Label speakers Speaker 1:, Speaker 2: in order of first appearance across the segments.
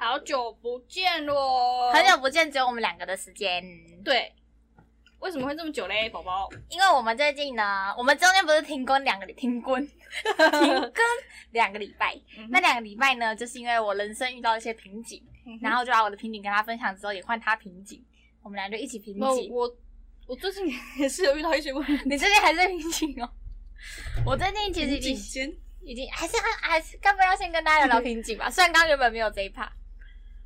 Speaker 1: 啊久不见咯，
Speaker 2: 很久不见，只有我们两个的时间。
Speaker 1: 对。为什么会这么久嘞，宝宝？
Speaker 2: 因为我们最近呢，我们中间不是停更两个停更停更两个礼拜，那两个礼拜呢，就是因为我人生遇到一些瓶颈，然
Speaker 1: 后
Speaker 2: 后就把我的瓶颈跟他分享之后，也换他瓶颈，我们俩就一起瓶
Speaker 1: 我
Speaker 2: 颈。
Speaker 1: 我我最近也是有遇到一些问 题，
Speaker 2: 你最近还在瓶颈哦？我最近其实已
Speaker 1: 颈
Speaker 2: 经
Speaker 1: 肩
Speaker 2: 已经还是还是，该不要先跟大 家聊聊瓶颈吧？虽然刚刚原本没有这一趴，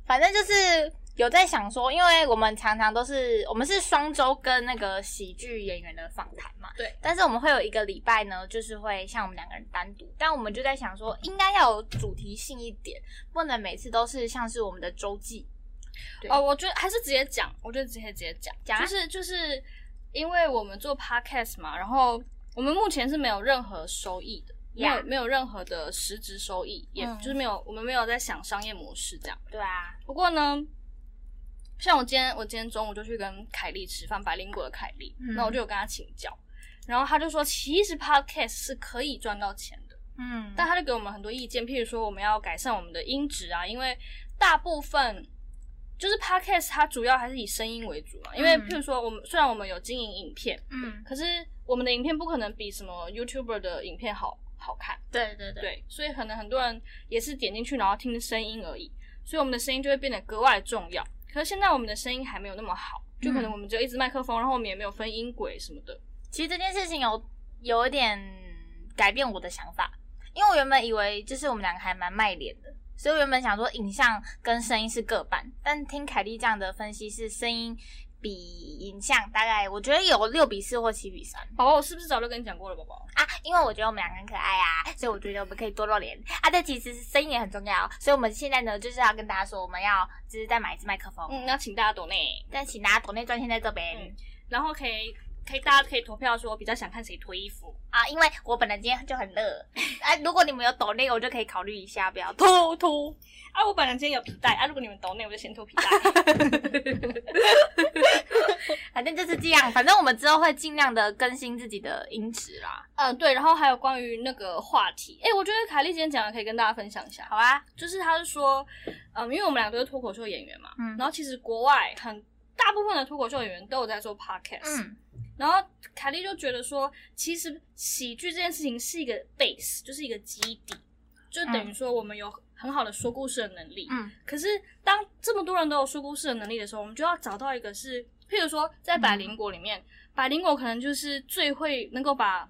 Speaker 2: 反正就是有在想说，因为我们常常都是我们是双周跟那个喜剧演员的访谈嘛，
Speaker 1: 对。
Speaker 2: 但是我们会有一个礼拜呢，就是会像我们两个人单独，但我们就在想说，应该要有主题性一点，不能每次都是像是我们的周记。对
Speaker 1: 哦，我觉得还是直接讲，我觉得直接直接讲，
Speaker 2: 讲啊
Speaker 1: 就是就是因为我们做 podcast 嘛，然后我们目前是没有任何收益的。没有
Speaker 2: Yeah
Speaker 1: 没有任何的实质收益，也
Speaker 2: 嗯
Speaker 1: 就是没有，我们没有在想商业模式这样。
Speaker 2: 对啊，
Speaker 1: 不过呢，像我今天我今天中午就去跟凯莉吃饭，百灵果的凯莉，
Speaker 2: 嗯
Speaker 1: 那、我就有跟她请教，然后她就说，其实 podcast 是可以赚到钱的，
Speaker 2: 嗯
Speaker 1: 但他就给我们很多意见，譬如说我们要改善我们的音质啊，因为大部分就是 podcast 它主要还是以声音为主嘛，因为
Speaker 2: 嗯
Speaker 1: 譬如说我们虽然我们有经营影片，
Speaker 2: 嗯，
Speaker 1: 可是我们的影片不可能比什么 YouTuber 的影片好好看，
Speaker 2: 对对对，
Speaker 1: 对，所以可能很多人也是点进去然后听声音而已，所以我们的声音就会变得格外重要。可是现在我们的声音还没有那么好，就可能
Speaker 2: 嗯
Speaker 1: 我们只有一支麦克风，然后我们也没有分音轨什么的。
Speaker 2: 其实这件事情有有一点改变我的想法，因为我原本以为就是我们两个还蛮卖脸的，所以我原本想说影像跟声音是各半，但听凯莉这样的分析是声音比影像大概我觉得有六比四或七比三
Speaker 1: 宝宝，我是不是早就跟你讲过了？宝宝，
Speaker 2: 啊，因为我觉得我们两个很可爱啊，所以我觉得我们可以多露脸啊，但其实声音也很重要，所以我们现在呢就是要跟大家说，我们要就是再买一支麦克风，
Speaker 1: 嗯，那请大家懂呢。
Speaker 2: 但请大家国内专线在这边。
Speaker 1: 嗯然后可以可以大家可以投票说比较想看谁脱衣服。
Speaker 2: 啊，因为我本来今天就很热， 哎、如果你们有抖内，我就可以考虑一下，不要偷偷。
Speaker 1: 啊，我本来今天有皮带啊，如果你们懂那我就先脱皮 带。
Speaker 2: 反正就是这样，反正我们之后会尽量的更新自己的音质啦。
Speaker 1: 嗯，对，然后还有关于那个话题，哎，我觉得凯莉今天讲的可以跟大家分享一下，
Speaker 2: 好啊，
Speaker 1: 就是她是说，嗯，因为我们俩都是脱口秀演员嘛，
Speaker 2: 嗯
Speaker 1: 然后其实国外很大部分的脱口秀演员都有在做 podcast，、
Speaker 2: 嗯，
Speaker 1: 然后凯莉就觉得说，其实喜剧这件事情是一个 base，就是一个基底，就等于说我们有很好的说故事的能力，
Speaker 2: 嗯，
Speaker 1: 可是当这么多人都有说故事的能力的时候，我们就要找到一个是，譬如说在百
Speaker 2: 嗯
Speaker 1: 灵果里面，百灵果可能就是最会能够把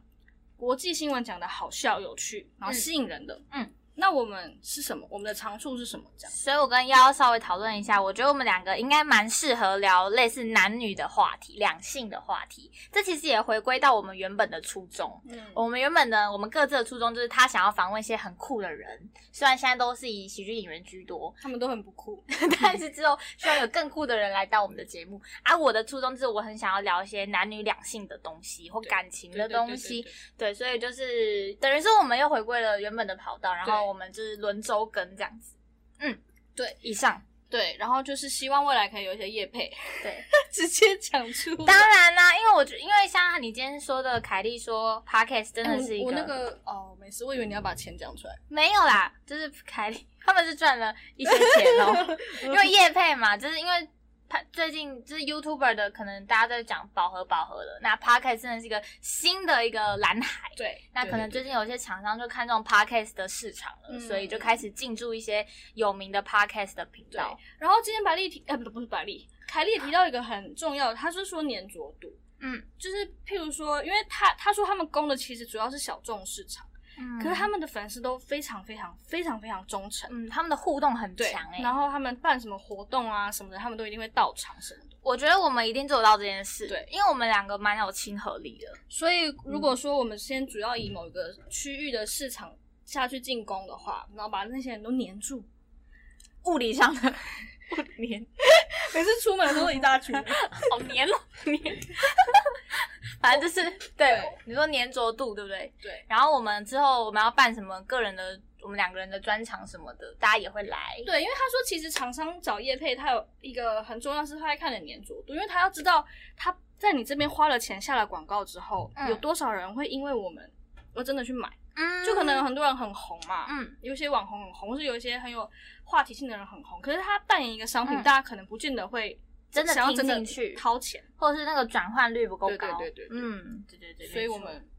Speaker 1: 国际新闻讲的好笑有趣，然后吸引人的。
Speaker 2: 嗯，
Speaker 1: 那我们是什么？我们的长处是什么？这样。
Speaker 2: 所以我跟幺幺稍微讨论一下，我觉得我们两个应该蛮适合聊类似男女的话题、两性的话题。这其实也回归到我们原本的初衷。
Speaker 1: 嗯
Speaker 2: 我们原本呢，我们各自的初衷就是他想要访问一些很酷的人，虽然现在都是以喜剧演员居多，
Speaker 1: 他们都很不酷。
Speaker 2: 但是之后希望有更酷的人来到我们的节目。啊，我的初衷就是我很想要聊一些男女两性的东西或感情的东西，
Speaker 1: 对，对对对
Speaker 2: 对，所以就是等于说我们又回归了原本的跑道，然后
Speaker 1: 对
Speaker 2: 我们就是轮周更这样子。嗯，
Speaker 1: 对，
Speaker 2: 以上。
Speaker 1: 对然后就是希望未来可以有一些业配，
Speaker 2: 对，
Speaker 1: 直接讲出来。
Speaker 2: 当然啦，因为我觉因为像你今天说的，凯莉说 podcast 真
Speaker 1: 哎
Speaker 2: 的是一
Speaker 1: 我
Speaker 2: 个、
Speaker 1: 我那个哦，没事，我以为你要把钱讲出来。
Speaker 2: 没有啦，就是凯莉他们是赚了一些钱哦喽。因为叶配嘛，就是因为他最近就是 YouTuber 的，可能大家都在讲饱和饱和的，那 Podcast 真的是一个新的一个蓝海。
Speaker 1: 对，
Speaker 2: 那可能
Speaker 1: 对
Speaker 2: 最近有些厂商就看中 Podcast 的市场了，
Speaker 1: 嗯
Speaker 2: 所以就开始进驻一些有名的 Podcast 的频道。
Speaker 1: 然后今天百丽提，呃，不，不是百丽，凯莉也提到一个很重要的，她是说粘着度，
Speaker 2: 嗯，
Speaker 1: 就是譬如说，因为她她说他们攻的其实主要是小众市场，
Speaker 2: 嗯
Speaker 1: 可是他们的粉丝都非常非常非常非常忠诚，
Speaker 2: 嗯，他们的互动很
Speaker 1: 对
Speaker 2: 强，哎、
Speaker 1: 然后他们办什么活动啊什么的，他们都一定会到场什么的。
Speaker 2: 我觉得我们一定做得到这件事，
Speaker 1: 对
Speaker 2: 因为我们两个蛮有亲和力的，
Speaker 1: 所以如
Speaker 2: 嗯
Speaker 1: 果说我们先主要以某一个区域的市场下去进攻的话，然后把那些人都黏住，
Speaker 2: 物理上的物理 黏
Speaker 1: 每次出门都一大 群，
Speaker 2: 好黏哦，黏。 反正就是对
Speaker 1: 对
Speaker 2: 你说粘着度，对不对？
Speaker 1: 对。
Speaker 2: 然后我们之后我们要办什么个人的，我们两个人的专场什么的，大家也会来。
Speaker 1: 对，因为他说其实厂商找业配，他有一个很重要是他会看你的粘着度，因为他要知道他在你这边花了钱下了广告之后，
Speaker 2: 嗯
Speaker 1: 有多少人会因为我们而真的去买。
Speaker 2: 嗯
Speaker 1: 就可能有很多人很红嘛，
Speaker 2: 嗯
Speaker 1: 有一些网红很红，或是有一些很有话题性的人很红，可是他扮演一个商品，
Speaker 2: 嗯
Speaker 1: 大家可能不见得会
Speaker 2: 真的
Speaker 1: 想要
Speaker 2: 听
Speaker 1: 真的
Speaker 2: 进去
Speaker 1: 掏钱，
Speaker 2: 或者是那个转换率不够
Speaker 1: 对对
Speaker 2: 高，
Speaker 1: 对对对
Speaker 2: 嗯，对对对，
Speaker 1: 所以
Speaker 2: 没
Speaker 1: 我
Speaker 2: 错
Speaker 1: 们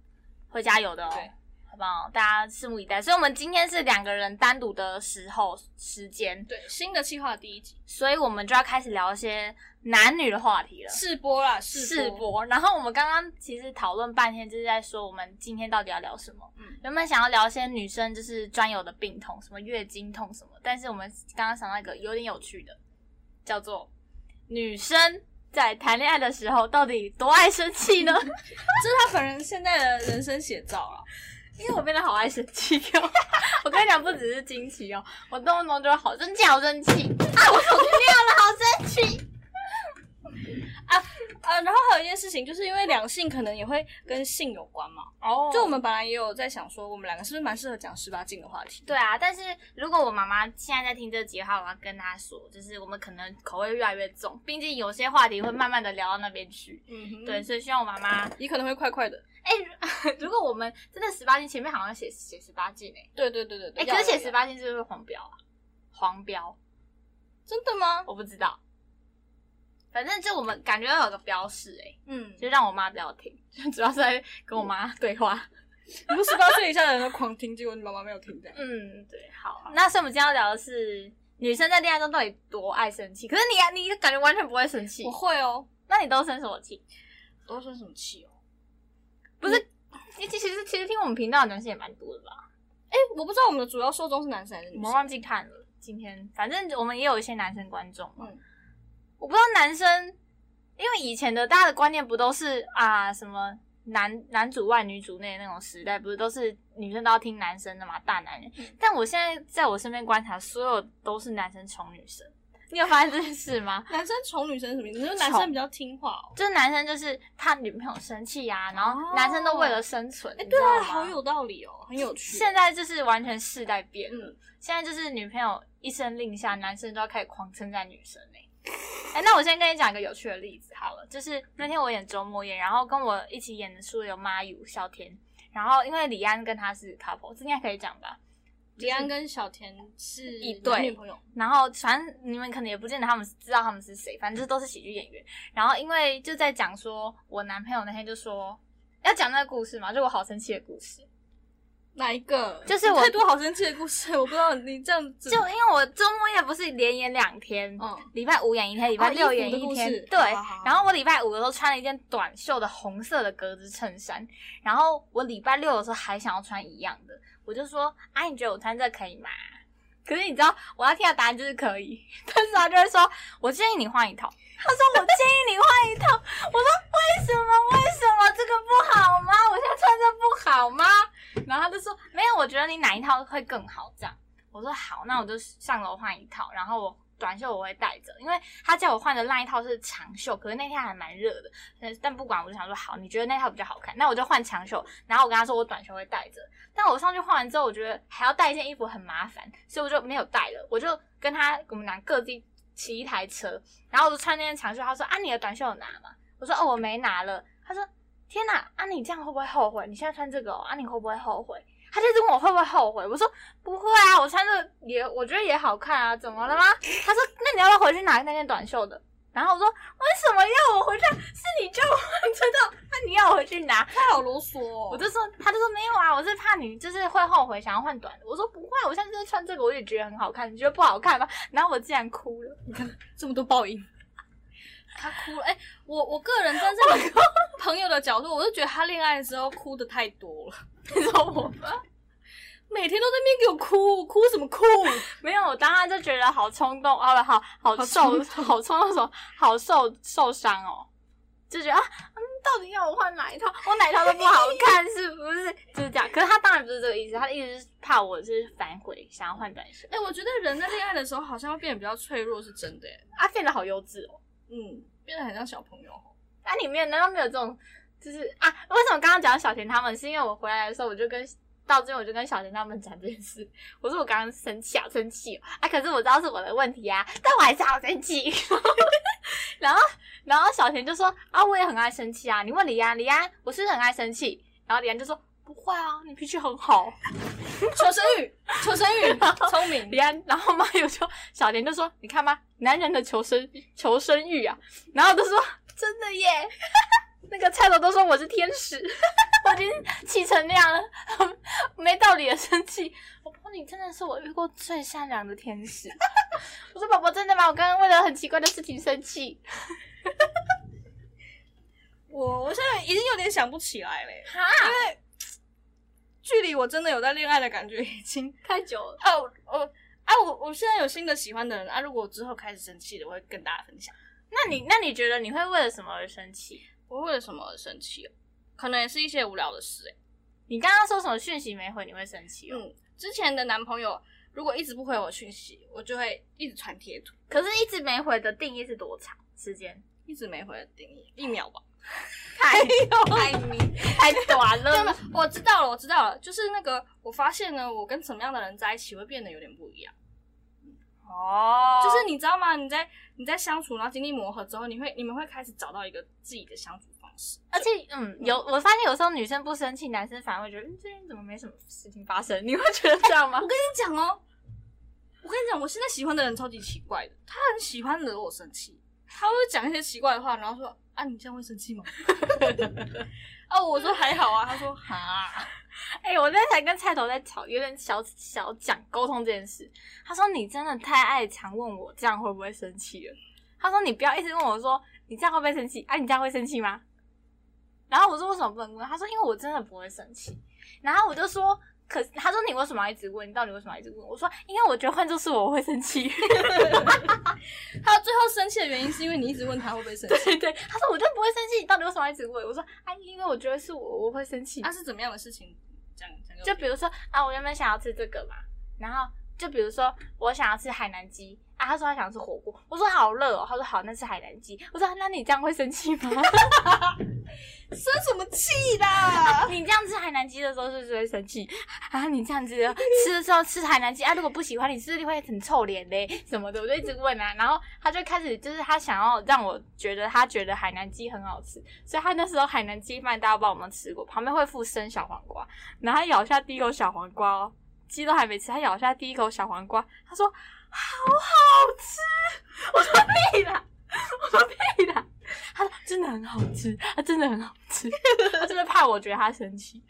Speaker 2: 会加油的哦，
Speaker 1: 对
Speaker 2: 好不好？大家拭目以待。所以我们今天是两个人单独的时候时间，
Speaker 1: 对新的计划的第一集
Speaker 2: 所以我们就要开始聊一些男女的话题了。
Speaker 1: 试播啦，
Speaker 2: 世
Speaker 1: 播，
Speaker 2: 博，然后我们刚刚其实讨论半天，就是在说我们今天到底要聊什么。
Speaker 1: 嗯
Speaker 2: 原本想要聊一些女生就是专有的病痛，什么月经痛什么，但是我们刚刚想到一个有点有趣的，叫做女生在谈恋爱的时候到底多爱生气呢？
Speaker 1: 这是他本人现在的人生写照啊。
Speaker 2: 因为我变得好爱生气哦。 我跟你讲，不只是惊奇哦，我动不动就会好生气，好生气啊！我手机掉了，好生气。
Speaker 1: 呃，然后还有一件事情，就是因为两性可能也会跟性有关嘛，
Speaker 2: 哦
Speaker 1: 就我们本来也有在想说，我们两个是不是蛮适合讲十八禁的话题？
Speaker 2: 对啊，但是如果我妈妈现在在听这集的话，我要跟她说，就是我们可能口味越来越重，毕竟有些话题会慢慢的聊到那边去。
Speaker 1: 嗯哼，
Speaker 2: 对，，所以希望我妈妈，
Speaker 1: 也可能会快快的。
Speaker 2: 如果我们真的十八禁，前面好像写写十八禁诶、
Speaker 1: 对对对对对。
Speaker 2: 哎、可是写
Speaker 1: 要
Speaker 2: 十八禁是不是会黄标啊？黄标，
Speaker 1: 真的吗？
Speaker 2: 我不知道。反正就我们感觉要有个标示诶、
Speaker 1: 嗯，
Speaker 2: 就让我妈不要听，就主要是在跟我妈对话。
Speaker 1: 你们十八岁以下的人都狂听，结果你妈妈没有听的。
Speaker 2: 嗯，对，好。那所以我们今天要聊的是女生在恋爱中到底多爱生气。可是你啊，你感觉完全不会生气
Speaker 1: 我，会哦，
Speaker 2: 那你都生什么气？
Speaker 1: 我都生什么气哦？
Speaker 2: 你其实其实听我们频道的男生也蛮多的吧？
Speaker 1: 哎，我不知道我们的主要受众是男生还是
Speaker 2: 我
Speaker 1: 女
Speaker 2: 们
Speaker 1: 生。
Speaker 2: 忘记看了。今天反正我们也有一些男生观众嘛，
Speaker 1: 嗯
Speaker 2: 我不知道男生，因为以前的大家的观念不都是啊什么男男主外女主内那种时代，不是都是女生都要听男生的嘛，大男人。
Speaker 1: 嗯
Speaker 2: 但我现在在我身边观察，所有都是男生宠女生，你有发现这件事吗？
Speaker 1: 男生宠女生是什么意思？就是
Speaker 2: 宠
Speaker 1: 男生比较听话哦。
Speaker 2: 就是男生就是怕女朋友生气呀、然
Speaker 1: 哦
Speaker 2: 后男生都为了生存，
Speaker 1: 哎，
Speaker 2: 你
Speaker 1: 对
Speaker 2: 知道
Speaker 1: 啊，
Speaker 2: 吗
Speaker 1: 好。有道理哦，很有趣。
Speaker 2: 现在就是完全世代变了，
Speaker 1: 嗯，
Speaker 2: 现在就是女朋友一声令下，男生都要开始狂称赞女生哎、哎、那我先跟你讲一个有趣的例子好了，就是那天我演周末演，然后跟我一起演的书有马友、小田，然后因为李安跟他是 couple，这应该可以讲吧？
Speaker 1: 李安跟小田是
Speaker 2: 一对
Speaker 1: 男女朋友。
Speaker 2: 然后反正你们可能也不见得他们知道他们是谁，反正就是都是喜剧演员。然后因为就在讲说，我男朋友那天就说要讲那个故事嘛，就我好生气的故事。
Speaker 1: 哪一个？
Speaker 2: 就是我
Speaker 1: 太多好生气的故事，我不知道你这样子
Speaker 2: 就因为我周末也不是连演两天，
Speaker 1: 嗯
Speaker 2: 礼拜五演一天，礼拜六演
Speaker 1: 哦衣服的
Speaker 2: 一天
Speaker 1: 故事。
Speaker 2: 对
Speaker 1: 好好好，
Speaker 2: 然后我礼拜五的时候穿了一件短袖的红色的格子衬衫，然后我礼拜六的时候还想要穿一样的，我就说：“啊，你觉得我穿这可以吗？”可是你知道，我要听到答案就是可以， 但是他就会说：“我建议你换一套。”他说：“我建议你换一套。” 我说：“为什么？为什么这个不好吗？我现在穿这不好吗？”然后他就说：“没有，我觉得你哪一套会更好这样。”我说好，那我就上楼换一套，然后我短袖我会带着，因为他叫我换的那一套是长袖，可是那天还蛮热的，但但不管，我就想说好，你觉得那套比较好看，那我就换长袖，然后我跟他说我短袖会带着，但我上去换完之后，我觉得还要带一件衣服很麻烦，所以我就没有带了，我就跟他我们俩各自骑一台车，然后我就穿那件长袖，他说啊你的短袖有拿吗？我说哦我没拿了，他说天哪，啊你这样会不会后悔？你现在穿这个、哦，啊你会不会后悔？他就一直问我会不会后悔，我说不会啊，我穿着也我觉得也好看啊，怎么了吗？他说那你要不要回去拿那件短袖的？然后我说哦为什么要我回去？是你叫我穿 到，那你要我回去拿？
Speaker 1: 他好啰嗦哦。
Speaker 2: 我就说，他就说没有啊，我是怕你就是会后悔，想要换短的。我说不会，我现在就是穿这个，我也觉得很好看，你觉得不好看吗？ 然后我竟然哭了，
Speaker 1: 这么多报应， 他哭了。哎、我我个人站在你朋友的角度，我就觉得他恋爱的时候哭的太多了，
Speaker 2: 你知道我吗？
Speaker 1: 每天都在那边给我哭，哭什么哭？
Speaker 2: 没有，我当时就觉得好冲动，啊，不好好
Speaker 1: 好
Speaker 2: 受，
Speaker 1: 冲
Speaker 2: 好冲动，什么好受受伤哦，就觉得啊，嗯，到底要我换哪一套？我哪一套都不好看，是不是？就是这样。可是他当然不是这个意思，他的意思是怕我就是反悔，想要换短袖 啊
Speaker 1: 哎、我觉得人在恋爱的时候好像会变得比较脆弱，是真的、哎
Speaker 2: 啊，变得好幼稚哦。
Speaker 1: 嗯，变得很像小朋友。
Speaker 2: 那、里面难道没有这种？就是啊，为什么刚刚讲小田他们？是因为我回来的时候，我就跟到最后我就跟小田他们讲这件事。我说我刚刚生气，好生气、哦、啊！可是我知道是我的问题啊，但我还是好生气。 然后，然后小田就说啊，我也很爱生气啊。你问李安，李安，我是不是很爱生气。然后李安就说不会啊，你脾气很好。
Speaker 1: 求生欲，求生欲，聪明。
Speaker 2: 然然后妈友就小莲就说：“你看吧，男人的求生求生欲啊。”然后我就说：“真的耶！” 那个菜头都说我是天使， 我已经气成那样了， 没道理的生气。我婆你真的是我遇过最善良的天使。 我说宝宝真的吗？我刚刚为了很奇怪的事情生气。
Speaker 1: 我我现在已经有点想不起来嘞，
Speaker 2: 哈，
Speaker 1: 距离我真的有在恋爱的感觉已经
Speaker 2: 太久了。
Speaker 1: 哦哦啊！我我现在有新的喜欢的人啊，如果我之后开始生气了，我会跟大家分享。
Speaker 2: 那你那你觉得你会为了什么而生气？
Speaker 1: 我为了什么而生气哦？可能也是一些无聊的事哎、
Speaker 2: 你刚刚说什么讯息没回，你会生气哦？
Speaker 1: 嗯，之前的男朋友如果一直不回我讯息，我就会一直传贴图，
Speaker 2: 可是，一直没回的定义是多长时间？
Speaker 1: 一直没回的定义，一秒吧。
Speaker 2: 太
Speaker 1: 爱你。
Speaker 2: 太短
Speaker 1: 真的
Speaker 2: 了。，
Speaker 1: 我知道了，我知道了，就是那个，我发现呢，我跟什么样的人在一起会变得有点不一样。
Speaker 2: 哦
Speaker 1: 就
Speaker 2: 就是是
Speaker 1: 你知道吗？你在你在相处，然后经历磨合之后，你会你们会开始找到一个自己的相处方式。
Speaker 2: 而且，嗯，有我发现有时候女生不生气，男生反而会觉得，嗯，最近怎么没什么事情发生？你会觉得这样吗
Speaker 1: 我？跟你讲哦，我跟你讲，我现在喜欢的人超级奇怪的，他很喜欢惹我生气，他会讲一些奇怪的话，然后说啊，你这样会生气吗？ 哦，我说还好啊，他说哈，
Speaker 2: 哎、我那天才跟菜头在吵，有点小小讲沟通这件事。他说你真的太爱常问我这样会不会生气了。他说你不要一直问我说你这样会不会生气？哎、你这样会生气吗？然后我说为什么不能问？他说因为我真的不会生气。然后我就说，可是他说你为什么要一直问？你到底为什么要一直问？我说因为我觉得换作是我我会生气。
Speaker 1: 他最后生气的原因是因为你一直问他会不会生 气，
Speaker 2: 对对，他说我就不会生气，你到底为什么要一直问？我说啊，因为我觉得是我我会生气。
Speaker 1: 他、是怎么样的事情？讲讲给我
Speaker 2: 就
Speaker 1: 听
Speaker 2: 比如说啊，我原本想要吃这个嘛，然后就比如说我想要吃海南鸡啊，他说他想吃火锅，我说好热哦，他说好，那吃海南鸡，我说那你这样会生气吗？
Speaker 1: 生什么气啦？
Speaker 2: 你这样吃海南鸡的时候是不是会生气啊？你这样子吃的时候吃海南鸡啊，如果不喜欢，你是不是会很臭脸嘞什么的？我就一直问啊，然后他就开始就是他想要让我觉得他觉得海南鸡很好吃，所以他那时候海南鸡饭大家不知道有没有吃过，旁边会附生小黄瓜，然后他咬下第一口小黄瓜哦，鸡都还没吃，他咬下第一口小黄瓜，他说好好吃，我说屁啦，我说屁啦。他说真的很好吃，他真的很好吃，他真的怕我觉得他生气。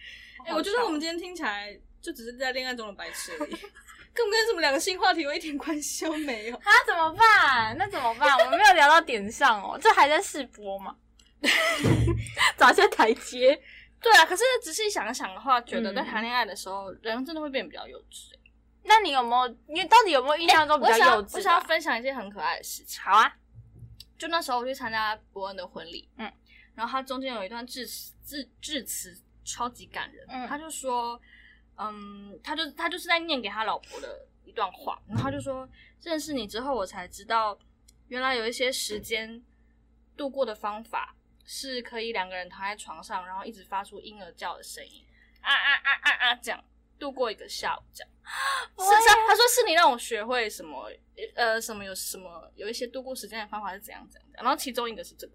Speaker 1: 哎、我觉得我们今天听起来就只是在恋爱中的白痴而已， 根本跟什么两个性话题有一点关系都没有。
Speaker 2: 啊怎么办？那怎么 办？我们没有聊到点上哦，这还在试播 嘛？找一下台阶。
Speaker 1: 对啊，可是仔细想想的话，觉得
Speaker 2: 嗯
Speaker 1: 在谈恋爱的时候，人真的会变得比较幼稚、
Speaker 2: 那你有没有？你到底有没有印象中比
Speaker 1: 我
Speaker 2: 较
Speaker 1: 想要
Speaker 2: 幼
Speaker 1: 我
Speaker 2: 稚的
Speaker 1: 想要
Speaker 2: 啊？
Speaker 1: 分享一件很可爱的事情。
Speaker 2: 好啊，
Speaker 1: 就那时候我去参加伯恩的婚礼，
Speaker 2: 嗯，
Speaker 1: 然后他中间有一段致辞致致辞超级感人，
Speaker 2: 嗯
Speaker 1: 他就说，嗯，他就他就是在念给他老婆的一段话，然后他就说，认识你之后我才知道，原来有一些时间度过的方法是可以两个人躺在床上，然后一直发出婴儿叫的声音，啊啊啊啊啊这样度过一个下午这样。是啊
Speaker 2: 我也
Speaker 1: 他他说是你让我学会什么呃什么有什么有一些度过时间的方法是怎样怎样怎样，然后其中一个是这个，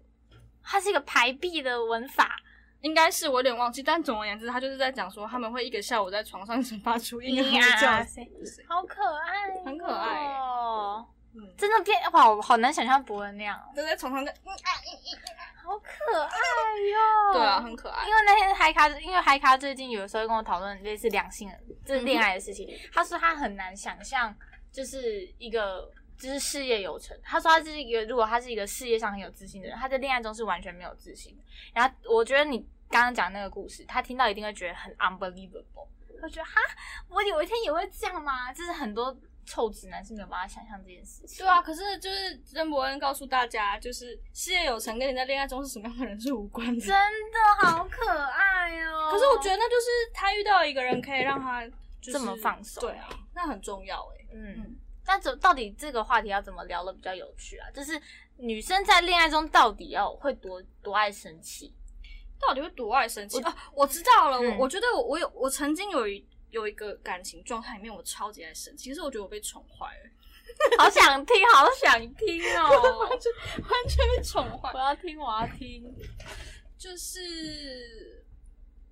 Speaker 2: 它是一个排比的文法，
Speaker 1: 应该是我有点忘记，但总而言之，他就是在讲说他们会一个下午在床上 只发出婴
Speaker 2: 咿
Speaker 1: 儿
Speaker 2: 呀
Speaker 1: 叫
Speaker 2: 呀
Speaker 1: 声，
Speaker 2: 啊好可爱哦，
Speaker 1: 很可爱嗯，
Speaker 2: 真的变哇，我好难想象伯恩那样哦，
Speaker 1: 都在床上在，嗯啊
Speaker 2: 好可爱哟、
Speaker 1: 对啊，很可爱
Speaker 2: 因，为那天嗨咖，因为嗨咖最近有时候会跟我讨论类似两性的，就是恋爱的事
Speaker 1: 嗯
Speaker 2: 情。他说他很难想象，就是一个就是事业有成。他说他是一个，如果他是一个事业上很有自信的人，他在恋爱中是完全没有自信的。然后我觉得你刚刚讲那个故事，他听到一定会觉得很 unbelievable，他觉得哈，我有一天也会这样吗？就是很多臭直男是没有办法想象这件事情。
Speaker 1: 对啊，，可是就是曾伯恩告诉大家，就是事业有成跟你在恋爱中是什么样的人是无关
Speaker 2: 真
Speaker 1: 的，
Speaker 2: 的好可爱哦。
Speaker 1: 可是我觉得那就是他遇到一个人可以让他就是
Speaker 2: 这么放松
Speaker 1: 对啊，那很重要哎、
Speaker 2: 嗯，那怎到底这个话题要怎么聊的比较有趣啊？就是女生在恋爱中到底要会多多爱生 气？
Speaker 1: 到底会多爱生气
Speaker 2: 我
Speaker 1: 啊？我知道了，
Speaker 2: 嗯
Speaker 1: 我我觉得我我有我曾经有一有一个感情状态里面，我超级爱生气，其实我觉得我被宠坏了，
Speaker 2: 好想听，好想听 哦！
Speaker 1: 就完全被宠坏
Speaker 2: 我。要听，我要听。
Speaker 1: 就是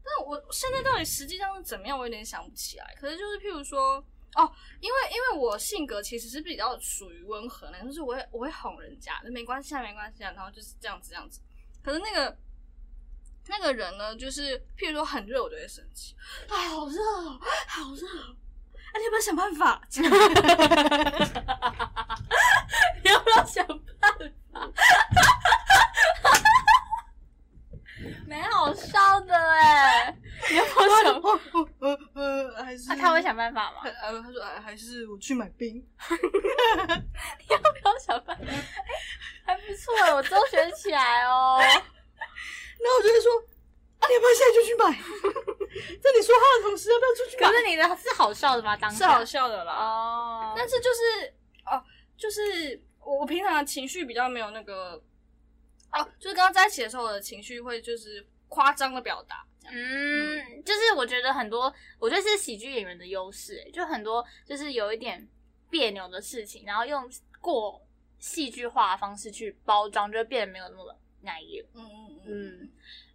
Speaker 1: 但我现在到底实际上是怎么样，我有点想不起来。可是就是譬如说，哦，因为因为我性格其实是比较属于温和那种，就是我会我会哄人家，就没关系啊，没关系啊，然后就是这样子这样子。可是那个那个人呢，就是譬如说很热，我就会生气，哎，好热哦，好热哦，哎，你有没有想办法？ 你有没有想办法？没好笑的哎、
Speaker 2: 欸
Speaker 1: 你有没有 想
Speaker 3: 哦哦呃呃，还是
Speaker 1: 啊
Speaker 2: 那他会想办法吗？
Speaker 3: 呃，他说哎，还是我去买冰。
Speaker 2: 不要想办法，哎、还不错哎，我都学起来哦。
Speaker 3: 然后我就会说，啊，你要不要现在就去买？ 在你说话的同时，要不要出去
Speaker 2: 可
Speaker 3: 买？
Speaker 2: 是你的是好笑的吗？当
Speaker 1: 是好笑的啦。
Speaker 2: 哦，
Speaker 1: 但是就是哦，就是我我平常的情绪比较没有那个哦，就是跟他在一起的时候，我的情绪会就是夸张的表达。
Speaker 2: 嗯，就是我觉得很多，我觉得是喜剧演员的优势欸，就很多就是有一点别扭的事情，然后用过戏剧化的方式去包装，就会变得没有那么奶油。
Speaker 1: 嗯嗯
Speaker 2: 嗯，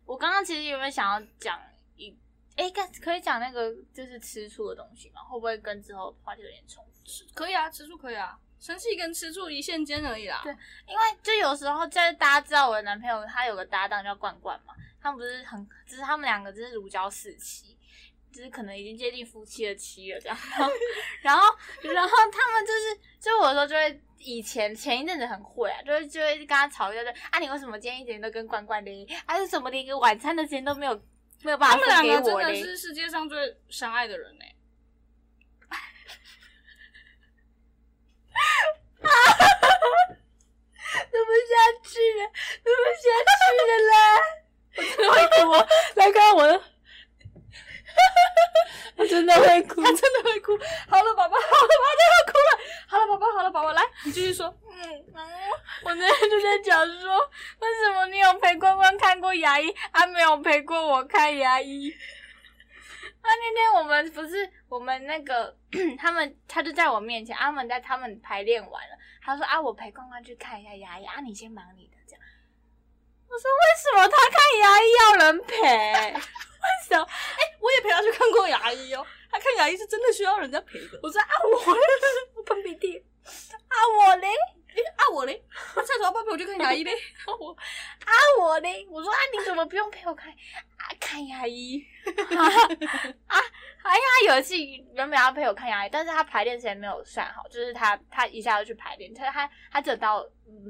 Speaker 2: 我刚刚其实有没有想要讲一，哎，可可以讲那个就是吃醋的东西吗？会不会跟之后的话题有点冲突？
Speaker 1: 可以啊，吃醋可以啊，生气跟吃醋一线间而已啦。
Speaker 2: 对因为就有时候就是大家知道我的男朋友他有个搭档叫罐罐嘛，他们不是很，就是他们两个就是如胶似漆，就是可能已经接近夫妻的期了这样。然后，然后他们就是，就我有时候就会以前前一阵子很会啊，就会就会跟他吵架，就啊你为什么今天一点都跟罐罐的，啊为什么连一个晚餐的钱都没有没有办
Speaker 1: 他
Speaker 2: 法
Speaker 1: 们
Speaker 2: 分
Speaker 1: 两
Speaker 2: 给
Speaker 1: 个真
Speaker 2: 我
Speaker 1: 的
Speaker 2: 嘞？
Speaker 1: 是世界上最相爱的人呢、
Speaker 2: 录不下去了，录不下去了啦！我真的会哭，来看我 的，我真的会哭。
Speaker 1: 他真的会哭。好了，宝宝，好了，宝宝，他要哭了。好了，宝宝，好了，宝宝，来，你继续说。
Speaker 2: 嗯，我那天就在讲说，为什么你有陪关关看过牙医，他、没有陪过我看牙医？啊，那天我们不是我们那个 他们，他就在我面前，啊他们在他们排练完了，他说啊，我陪关关去看一下牙医，啊，你先忙你的这样。我说为什么他看牙医要 人陪？为什么？
Speaker 3: 哎我也陪他去看过牙医哦，他看牙医是真的需要人家陪的。
Speaker 2: 我说啊，我嘞我喷鼻涕，啊我嘞，
Speaker 1: 啊，我嘞，那菜头要不要陪我去看牙医嘞？
Speaker 2: 我啊我嘞，我说啊你怎么不用陪我看啊看牙 医啊啊啊！因为他有一次原本要陪我看牙医，但是他排练时间没有算好，就是他他一下就去排练，他他他只有到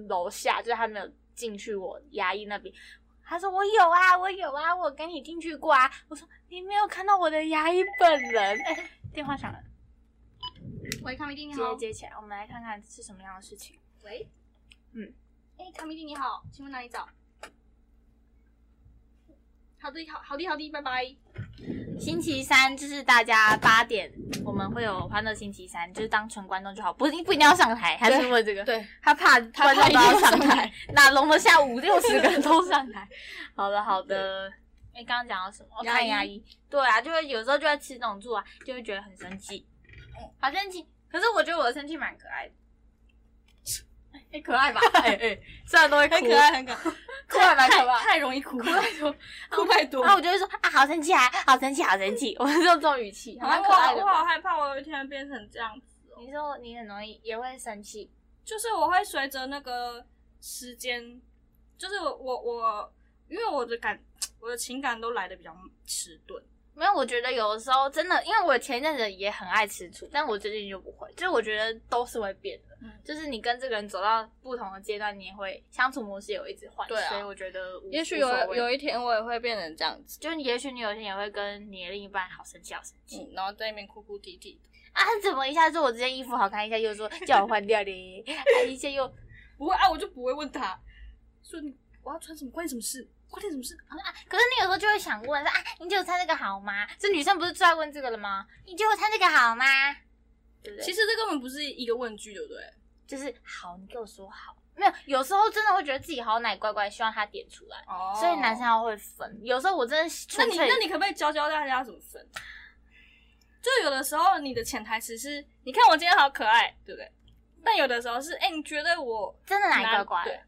Speaker 2: 楼下，就是他没有进去我牙医那边。他说我有啊，我有啊，我跟你进去过啊。我说你没有看到我的牙医本人。哎、电话响了，
Speaker 1: 喂，康明弟，你
Speaker 2: 接
Speaker 1: 好。
Speaker 2: 接起来，我们来看看是什么样的事情。
Speaker 1: 喂，
Speaker 2: 嗯，
Speaker 1: 哎、康明弟你好，请问哪里找？好的，好好的，好的，拜拜。
Speaker 2: 星期三就是大家八点，我们会有欢乐星期三，就是当纯观众就好，不一不一定要上台，还是问这个，
Speaker 1: 对，
Speaker 2: 他怕观众
Speaker 1: 怕
Speaker 2: 都要
Speaker 1: 一定要
Speaker 2: 上
Speaker 1: 上
Speaker 2: 台，哪容得下五六十个人都上台？ 好的，好的。哎，刚刚讲到什么？我
Speaker 1: 牙
Speaker 2: 看
Speaker 1: 医
Speaker 2: 牙医，对啊，就会有时候就会吃这种醋啊，就会觉得很生气，好生气。可是我觉得我的生气蛮可爱的， 哎、可爱吧？哎哎，虽然都会哭，
Speaker 3: 很可爱，很可爱，
Speaker 2: 哭还蛮可
Speaker 1: 太
Speaker 2: 爱。
Speaker 1: 太容易哭了。嗯 哦
Speaker 3: 哭太多。
Speaker 2: 然后我就会说啊，好生气啊，好生气，好生气，我是用这种语气，还蛮可爱的
Speaker 1: 我
Speaker 2: 吧。
Speaker 1: 好害怕，我有一天变成这样子哦。
Speaker 2: 你说你很容易也会生气，
Speaker 1: 就是我会随着那个时间，就是我我我，因为我的感，我的情感都来的比较迟钝。
Speaker 2: 没有？我觉得有的时候真的，因为我前一阵子也很爱吃醋，但我最近就不会，就是我觉得都是会变的，
Speaker 1: 嗯
Speaker 2: 就是你跟这个人走到不同的阶段，你也会相处模式也会一直换，
Speaker 1: 对啊
Speaker 2: 所以我觉得无无所
Speaker 1: 有
Speaker 2: 谓
Speaker 1: 有一天我也会变成这样子，
Speaker 2: 就是也许你有一天也会跟你的另一半好生气，好生气、
Speaker 1: 嗯，然后在那边哭哭啼啼的。
Speaker 2: 啊！怎么一下说我这件衣服好看，一下又说叫我换掉嘞， 啊一下又
Speaker 1: 不会啊，我就不会问他，说你我要穿什么，关你什么事？关你什么事？
Speaker 2: 可是你有时候就会想问说啊，你就穿这个好吗？这女生不是最爱问这个了吗？你就穿这个好吗？对不对？
Speaker 1: 其实这根本不是一个问句，对不对？
Speaker 2: 就是好，你给我说好。没有，有时候真的会觉得自己好奶乖乖，希望他点出来。
Speaker 1: 哦
Speaker 2: 所以男生，要会分，有时候我真的
Speaker 1: 那
Speaker 2: 纯
Speaker 1: 你
Speaker 2: 粹
Speaker 1: 那你可不可以教教大家怎么分？啊就有的时候你的潜台词是，你看我今天好可爱，对不对？但有的时候是，哎、你觉得我
Speaker 2: 真的奶乖
Speaker 1: 对
Speaker 2: 乖。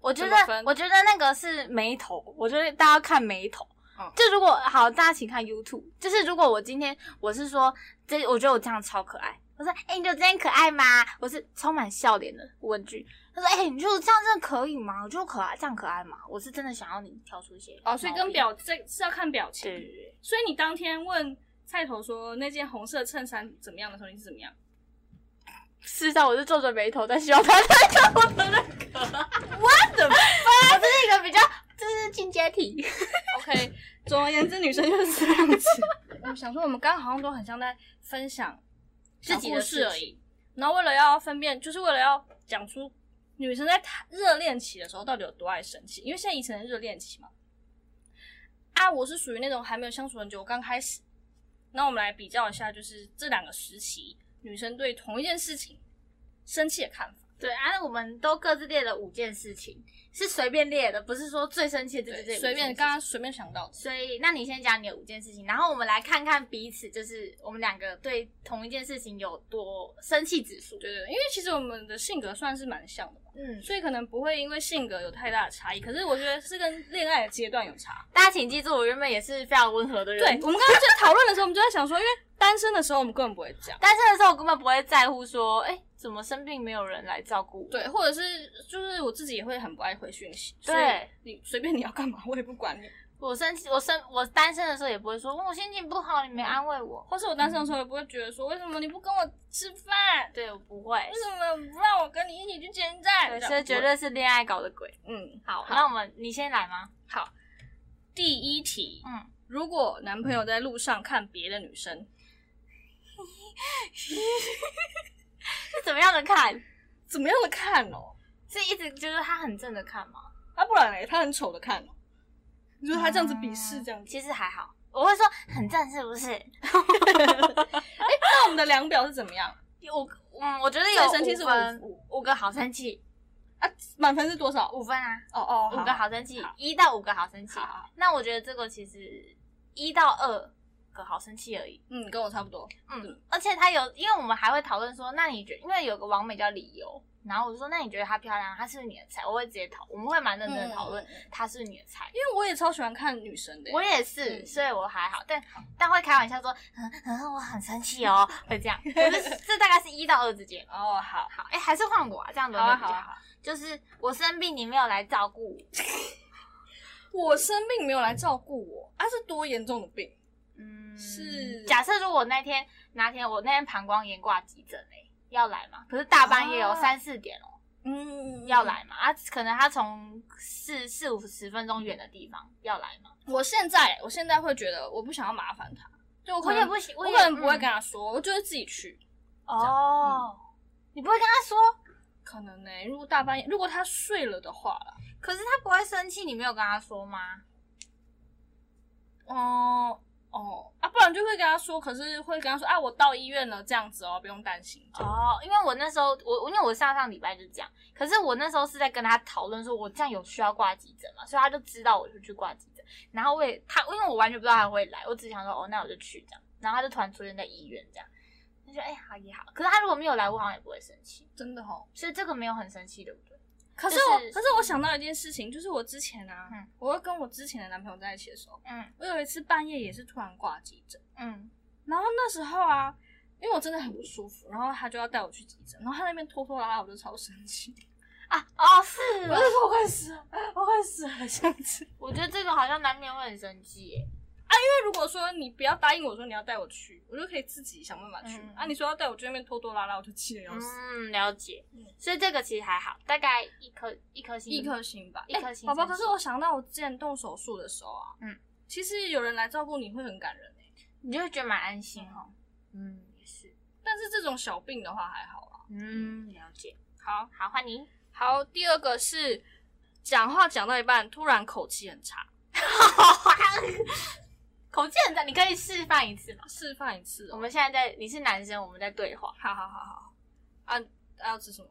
Speaker 2: 我觉
Speaker 1: 怎么
Speaker 2: 得
Speaker 1: 分
Speaker 2: 我觉得那个是眉头，我觉得大家看眉头，
Speaker 1: 嗯
Speaker 2: 就如果好，大家请看 YouTube，就是如果我今天我是说，这我觉得我这样超可爱。我说：“哎、你觉得这样可爱吗？”我是充满笑脸的问句。他说：“哎、你觉得这样真的可以吗？我觉得可爱，这样可爱吗？我是真的想要你挑出一些
Speaker 1: 哦，所以
Speaker 2: 毛
Speaker 1: 跟
Speaker 2: 病
Speaker 1: 表这是要看表
Speaker 2: 对对
Speaker 1: 情。
Speaker 2: 对对
Speaker 1: 所以你当天问菜头说那件红色衬衫怎么样的时候，你是怎么样？
Speaker 2: 事实上我是皱着眉头，但希望他在看我的认可。What the fuck？我这是一个比较， 这是进阶 题。
Speaker 1: OK，总而言之，女生就是这样子。我想说，我们刚刚好像都很像在分享小
Speaker 2: 自己的
Speaker 1: 故
Speaker 2: 事
Speaker 1: 事而已。然后为了要分辨，就是为了要讲出女生在谈热恋期的时候到底有多爱生气，因为现在以前的热恋期嘛。啊，我是属于那种还没有相处很久，我刚开始。那我们来比较一下，就是这两个时期女生对同一件事情生气的看法。
Speaker 2: 对啊，我们都各自列了五件事情，是随便列的，不是说最生气的这这
Speaker 1: 对，随便刚。刚随便想到的。
Speaker 2: 所以，那你先讲你的五件事情，然后我们来看看彼此，就是我们两个对同一件事情有多生气指数。
Speaker 1: 对对，对因为其实我们的性格算是蛮像的吧。
Speaker 2: 嗯，
Speaker 1: 所以可能不会因为性格有太大的差异，可是我觉得是跟恋爱的阶段有差。
Speaker 2: 大家请记住，我原本也是非常温和的
Speaker 1: 对，
Speaker 2: 人。
Speaker 1: 我们刚刚在讨论的时候，我们就在想说，因为单身的时候我们根本不会这样，
Speaker 2: 单身的时候我根本不会在乎说，哎、怎么生病没有人来照顾我？
Speaker 1: 对，或者是就是我自己也会很不爱回讯息，
Speaker 2: 对，
Speaker 1: 你随便你要干嘛，我也不管你。
Speaker 2: 我生气，我生我单身的时候也不会说，哦我心情不好，你没安慰我。
Speaker 1: 或是我单身的时候也不会觉得说，为什么你不跟我吃饭？
Speaker 2: 对，我不会
Speaker 1: 为，什么不让我跟你一起去柬站？
Speaker 2: 对，
Speaker 1: 这样
Speaker 2: 这绝对是恋爱搞的鬼。
Speaker 1: 不会嗯
Speaker 2: 好，
Speaker 1: 好
Speaker 2: 那我们你先来吗？
Speaker 1: 好。第一题，
Speaker 2: 嗯，
Speaker 1: 如果男朋友在路上看别的女生，
Speaker 2: 是怎么样的看？
Speaker 1: 怎么样的看哦？
Speaker 2: 是一直就是他很正的看吗？
Speaker 1: 啊，不然嘞，他很丑的看哦，你说他这样子鄙视这样
Speaker 2: 嗯
Speaker 1: 子。
Speaker 2: 其实还好。我会说很正是不是？
Speaker 1: 那我们的量表是怎么样？
Speaker 2: 我嗯，我觉得有
Speaker 1: 最生气是
Speaker 2: 五分
Speaker 1: 五
Speaker 2: 五个好生气，
Speaker 1: 啊，满分是多少？
Speaker 2: 五分啊，
Speaker 1: 哦哦，
Speaker 2: 五个好生气
Speaker 1: 好，
Speaker 2: 一到五个好生气
Speaker 1: 好好。
Speaker 2: 那我觉得这个其实一到二个好生气而已。
Speaker 1: 嗯，跟我差不多。
Speaker 2: 嗯，而且他有，因为我们还会讨论说，那你觉因为有个网美叫理由，然后我就说，那你觉得她漂亮，她是不是你的菜？我会直接讨，我们会蛮认真的讨论
Speaker 1: 嗯
Speaker 2: 她是不是你的菜。
Speaker 1: 因为我也超喜欢看女生的耶，
Speaker 2: 我也是，
Speaker 1: 嗯
Speaker 2: 所以我还好，但但会开玩笑说，嗯嗯，我很生气哦，会这样。可是这大概是一到二之间。
Speaker 1: 哦好，
Speaker 2: 好，哎、还是换我啊，这样轮
Speaker 1: 好
Speaker 2: 流
Speaker 1: 啊
Speaker 2: 比
Speaker 1: 好
Speaker 2: 较好。
Speaker 1: 啊好啊。
Speaker 2: 就是我生病，你没有来照顾我，
Speaker 1: 我生病没有来照顾我，啊是多严重的病？
Speaker 2: 嗯，
Speaker 1: 是
Speaker 2: 假设如果那天哪天我那天膀胱炎挂急诊哎、要来吗？可是大半夜哦，
Speaker 1: 啊
Speaker 2: 三四点哦。
Speaker 1: 嗯
Speaker 2: 要。来嘛？啊，可能他从四四五十分钟远的地方要来嘛。
Speaker 1: 嗯我现在我现在会觉得我不想要麻烦他，就我可
Speaker 2: 我也
Speaker 1: 能
Speaker 2: 不行，
Speaker 1: 我
Speaker 2: 也
Speaker 1: 可能不会
Speaker 2: 嗯
Speaker 1: 跟他说，我就会自己去。
Speaker 2: 哦。你不会跟他说，
Speaker 1: 可能呢，如果大半夜，如果他睡了的话啦，
Speaker 2: 可是他不会生气，你没有跟他说吗？
Speaker 1: 哦哦啊，不然就会跟他说，可是会跟他说啊，我到医院了，这样子哦，不用担心。
Speaker 2: 哦，因为我那时候我因为我上上礼拜就这样，可是我那时候是在跟他讨论说，我这样有需要挂急诊嘛，所以他就知道我就去挂急诊，然后我也他因为我完全不知道他会来，我只想说哦，那我就去这样，然后他就突然出现在医院这样，他就哎、好也好，可是他如果没有来，我好像也不会生气，
Speaker 1: 真的哦，
Speaker 2: 所以这个没有很生气，对不对？
Speaker 1: 可是嗯我，
Speaker 2: 就是
Speaker 1: 可是我想到一件事情，就是我之前啊，
Speaker 2: 嗯
Speaker 1: 我会跟我之前的男朋友在一起的时候，
Speaker 2: 嗯
Speaker 1: 我有一次半夜也是突然挂急诊，
Speaker 2: 嗯，
Speaker 1: 然后那时候啊，因为我真的很不舒服，然后他就要带我去急诊，然后他那边拖拖拉拉，我就超生气，
Speaker 2: 啊哦是
Speaker 1: 我
Speaker 2: 哦，
Speaker 1: 就说我快死了，我快死了这样子。 因
Speaker 2: 我觉得这个好像难免会很生气耶。
Speaker 1: 为如果说你不要答应我说你要带我去，我就可以自己想办法去。
Speaker 2: 嗯
Speaker 1: 啊，你说要带我去那边拖拖拉拉，我就气得要死。
Speaker 2: 嗯，了解
Speaker 1: 嗯。
Speaker 2: 所以这个其实还好，大概一颗一颗星，
Speaker 1: 一颗星吧，
Speaker 2: 一颗星
Speaker 1: 哎宝宝，
Speaker 2: 真
Speaker 1: 可
Speaker 2: 是
Speaker 1: 是我想到我之前动手术的时候啊，
Speaker 2: 嗯，
Speaker 1: 其实有人来照顾你会很感人、欸、
Speaker 2: 你就会觉得蛮安心哦。嗯，也是。
Speaker 1: 但是这种小病的话还好啦。
Speaker 2: 嗯，了解。
Speaker 1: 好，
Speaker 2: 好，换你。
Speaker 1: 好，第二个是讲话讲到一半突然口气很差，
Speaker 2: 口技很大，你可以示范一次吗？
Speaker 1: 示范一次
Speaker 2: 我
Speaker 1: 哦。
Speaker 2: 们现在在，你是男生，我们在对话。
Speaker 1: 好好好好，啊，啊要吃什么？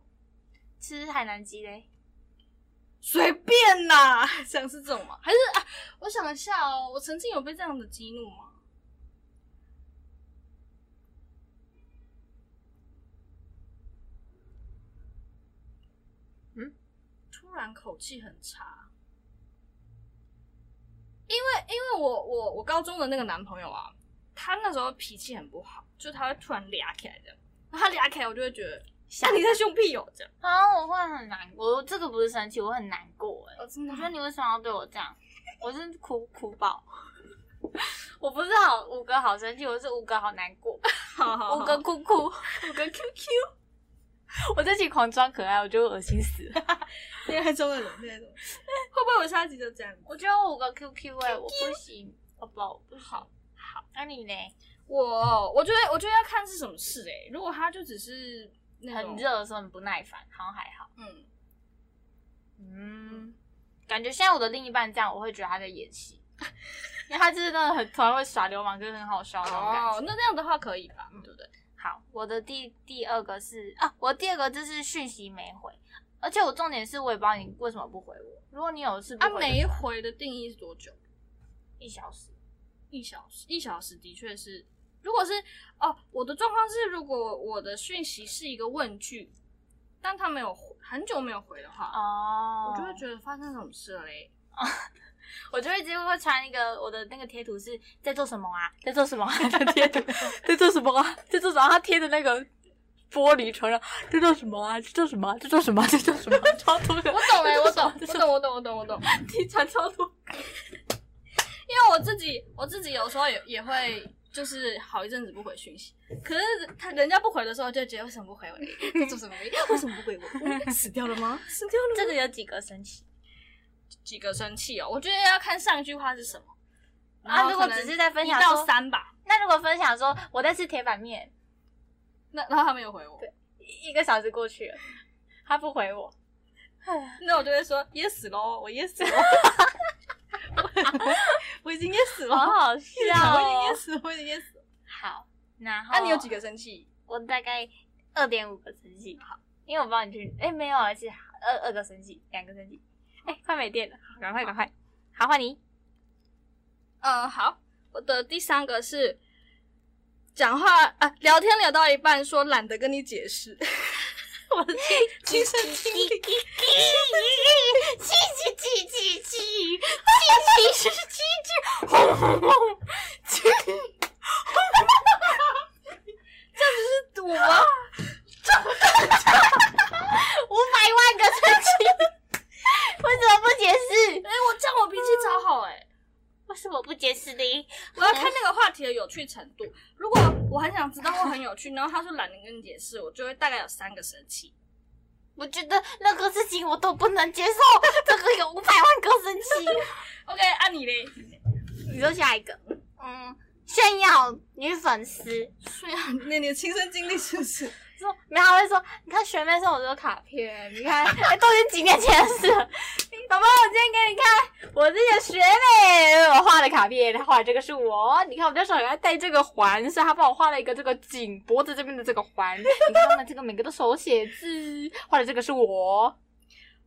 Speaker 2: 吃海南鸡嘞？
Speaker 1: 随便 啦，想是这种吗？还是啊？我想一下哦，我曾经有被这样的激怒吗？
Speaker 2: 嗯，
Speaker 1: 嗯突然口气很差。因为我我我高中的那个男朋友啊，他那时候脾气很不好，就他会突然俩起来这样，然后他俩起来，我就会觉得，啊你在凶屁哦这样。
Speaker 2: 啊，我会很难过，我这个不是生气，我很难过哎、
Speaker 1: 我哦真
Speaker 2: 我觉
Speaker 1: 觉得
Speaker 2: 得你为什么要对我这样？我真是哭哭爆。 我不是好五个好生气，我是五个好难过，
Speaker 1: 好好
Speaker 2: 五个哭哭。
Speaker 1: 五个 QQ，
Speaker 2: 我这集狂装可爱，我觉得我恶心死了。
Speaker 3: 恋爱中的人，恋爱中的人
Speaker 1: 会不会我下集就这样？
Speaker 2: 我觉得我五个 QQ 哎、我不行，宝宝不好。好，那你呢？
Speaker 1: 我我觉得我觉得要看是什么事哎、如果他就只是那种
Speaker 2: 很，热的时候很不耐烦，好像还好。
Speaker 1: 嗯，
Speaker 2: 嗯，感觉现在我的另一半这样，我会觉得他在演戏， 因为他就是那种很突然会耍流氓，就是很好笑的那种感觉。
Speaker 1: 哦，那这样的话可以吧，对不对？
Speaker 2: 好，我的第第二个是啊，我第二个就是讯息没回，而且我重点是我也不知道你为什么不回我。如果你有事不
Speaker 1: 啊
Speaker 2: 回，，
Speaker 1: 每一回的定义是多久？
Speaker 2: 一小时，
Speaker 1: 一小时，一小时的确是，如果是哦，我的状况是，如果我的讯息是一个问句，但他没有回很久没有回的话，
Speaker 2: 哦
Speaker 1: 我就会觉得发生什么事了嘞。
Speaker 2: 我就会直接会传一个我的那个贴图是在做什么 啊，在做什么啊的贴图， 在做什么啊，在做什么、啊？他贴的那个玻璃窗上，在做什么啊，在做什么啊，在做什么啊，在做什么啊？ 欸超多的，
Speaker 1: 我懂哎、 我懂，
Speaker 2: 在
Speaker 1: 我
Speaker 2: 做什么
Speaker 1: 懂，我
Speaker 2: 啊
Speaker 1: 懂，我懂，我懂。
Speaker 2: 你传超多。
Speaker 1: 因为我自己，我自己有时候也也会，就是好一阵子不回讯息，可是他人家不回的时候，就觉得为什么不回我？在做什么？
Speaker 3: 为什么不回我？嗯 死掉了 吗？死掉了吗？
Speaker 2: 这个有几个神奇
Speaker 1: 几个生气哦？我觉得要看上一句话是 什么然
Speaker 2: 啊？
Speaker 1: 后
Speaker 2: 如果
Speaker 1: 可能
Speaker 2: 只是在分
Speaker 1: 一
Speaker 2: 享
Speaker 1: 到
Speaker 2: 说，
Speaker 1: 三吧。
Speaker 2: 那如果分享说我在吃铁板面，
Speaker 1: 那然后他没有回我，
Speaker 2: 一个小时过去了，他不回 我，
Speaker 1: 那我就会说噎死喽，我噎死喽。
Speaker 3: 我已经噎死
Speaker 1: 哦
Speaker 2: 好
Speaker 3: 了，
Speaker 2: 哦好笑
Speaker 3: 我已经
Speaker 2: 哦
Speaker 3: 噎。死了，我已经噎死了。
Speaker 2: 好，然后
Speaker 1: 那、啊你有几？个生气？
Speaker 2: 我大概二点五个生气，好，因为我不知道你去，哎，没有，而且二二个生气，两个生气，哎，快没电了，好赶快赶快，好换你。
Speaker 1: 嗯，好，我的第三个是讲话啊，聊天聊到一半说懒得跟你解释， 我的
Speaker 3: 亲身经历，
Speaker 2: 气气气气气气气气气，轰轰轰！
Speaker 1: 赌啊，
Speaker 2: 五百万个生气，为什么不解释？
Speaker 1: 哎、我这样我脾气超好哎、
Speaker 2: 为什么不解释呢？
Speaker 1: 我要看那个话题的有趣程度。如果我很想知道或很有趣，然后他说懒得跟你解释，我就会大概有三个生气。
Speaker 2: 我觉得任何事情我都不能接受，这个有五百万个生气。
Speaker 1: OK，按、你嘞，
Speaker 2: 你说下一个，嗯，炫耀女粉丝
Speaker 1: 虽然
Speaker 3: 那你的亲身经历是不是？
Speaker 2: 说，没有她会说，你看学妹送我这个卡片，你看，哎都已经几年前的事了。宝宝，我今天给你看我这个学妹我画的卡片，她画的这个是我，你看我比较少给她戴这个环，所以她帮我画了一个这个颈脖子这边的这个环。你看他们这个每个都手写字，画的这个是我。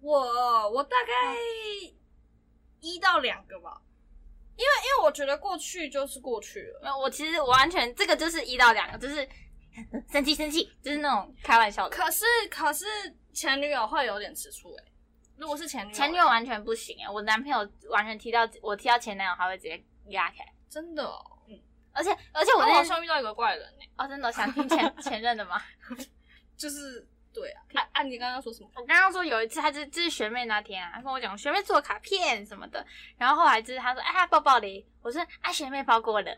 Speaker 1: 我我大概一到两个吧，因为因为我觉得过去就是过去了。
Speaker 2: 没有，我其实我完全这个就是一到两个，就是生气生气，就是那种开玩笑的。
Speaker 1: 可是可是前女友会有点吃醋哎、如果是前女友，
Speaker 2: 前女友完全不行哎、我男朋友完全提到我提到前男友，他会直接压开。
Speaker 1: 真的、哦，
Speaker 2: 而且而且
Speaker 1: 我
Speaker 2: 我那
Speaker 1: 好
Speaker 2: 天
Speaker 1: 像遇到一个怪人哎、
Speaker 2: 哦，真的想听前前任的吗？
Speaker 1: 就是对啊，啊啊，你刚刚说什么？
Speaker 2: 我刚刚说有一次，他就就是学妹那天啊，她跟我讲学妹做卡片什么的，然后后来就是他说哎、她抱抱嘞，我说啊学妹包过了，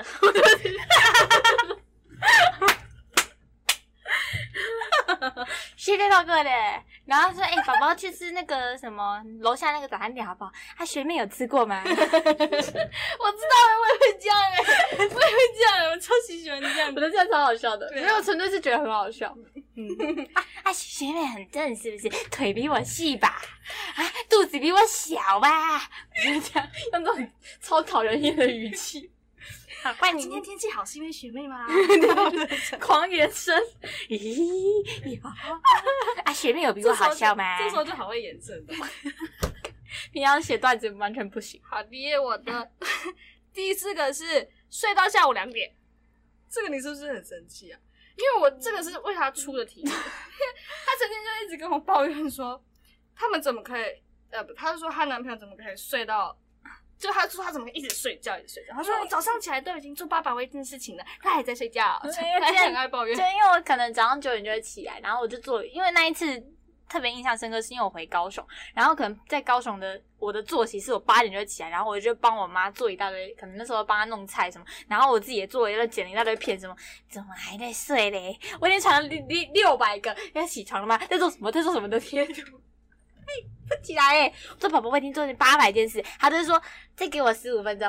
Speaker 2: 学妹包过了，然后说哎、宝宝去吃那个什么楼下那个早餐店好不好？啊学妹有吃过吗？
Speaker 1: 我知道了，我也会这样
Speaker 2: 欸
Speaker 1: 哎、我也会这样， 我超级喜欢这样
Speaker 2: 我。的这样超好笑的，
Speaker 1: 对啊
Speaker 2: 没有纯粹是觉得很好笑。嗯，啊啊，学妹很正是不是？腿比我细吧？啊，肚子比我小吧？ 就是这样，用那种超讨人厌的语气。好，换你
Speaker 1: 今天天气好是因为学妹 吗？
Speaker 2: 狂延 伸。咦，有啊，学妹有比我好笑吗？
Speaker 1: 哦这时候就好会延伸的。
Speaker 2: 平常写段子完全不行。
Speaker 1: 好的，我的 第四个是睡到下午两点，
Speaker 3: 这个你是不是很生气啊？
Speaker 1: 因为我这个是为他出的题， 他曾经就一直跟我抱怨说，他们怎么可以，呃，不，他就说她男朋友怎么可以睡到就他说他怎么一直睡觉，一直睡觉。他说我早上起来都已经做八百位这件事情了，他还在睡觉，
Speaker 2: 哎呀
Speaker 1: 他还很爱抱
Speaker 2: 就
Speaker 1: 怨。
Speaker 2: 因为我可能早上九点就会起来，然后我就做，因为那一次特别印象深刻，是因为我回高雄，然后可能在高雄的我的作息是我八点就会起来，然后我就帮我妈做一大堆，可能那时候帮她弄菜什么，然后我自己也做了一个剪了一大堆片什么，怎么还在睡嘞？我已经传了六六六百个要起床了吗？在做什么？在做什么的 贴图？不起来哎、欸！我说宝宝，我已经做了八百件事，他就是说再给我十五分钟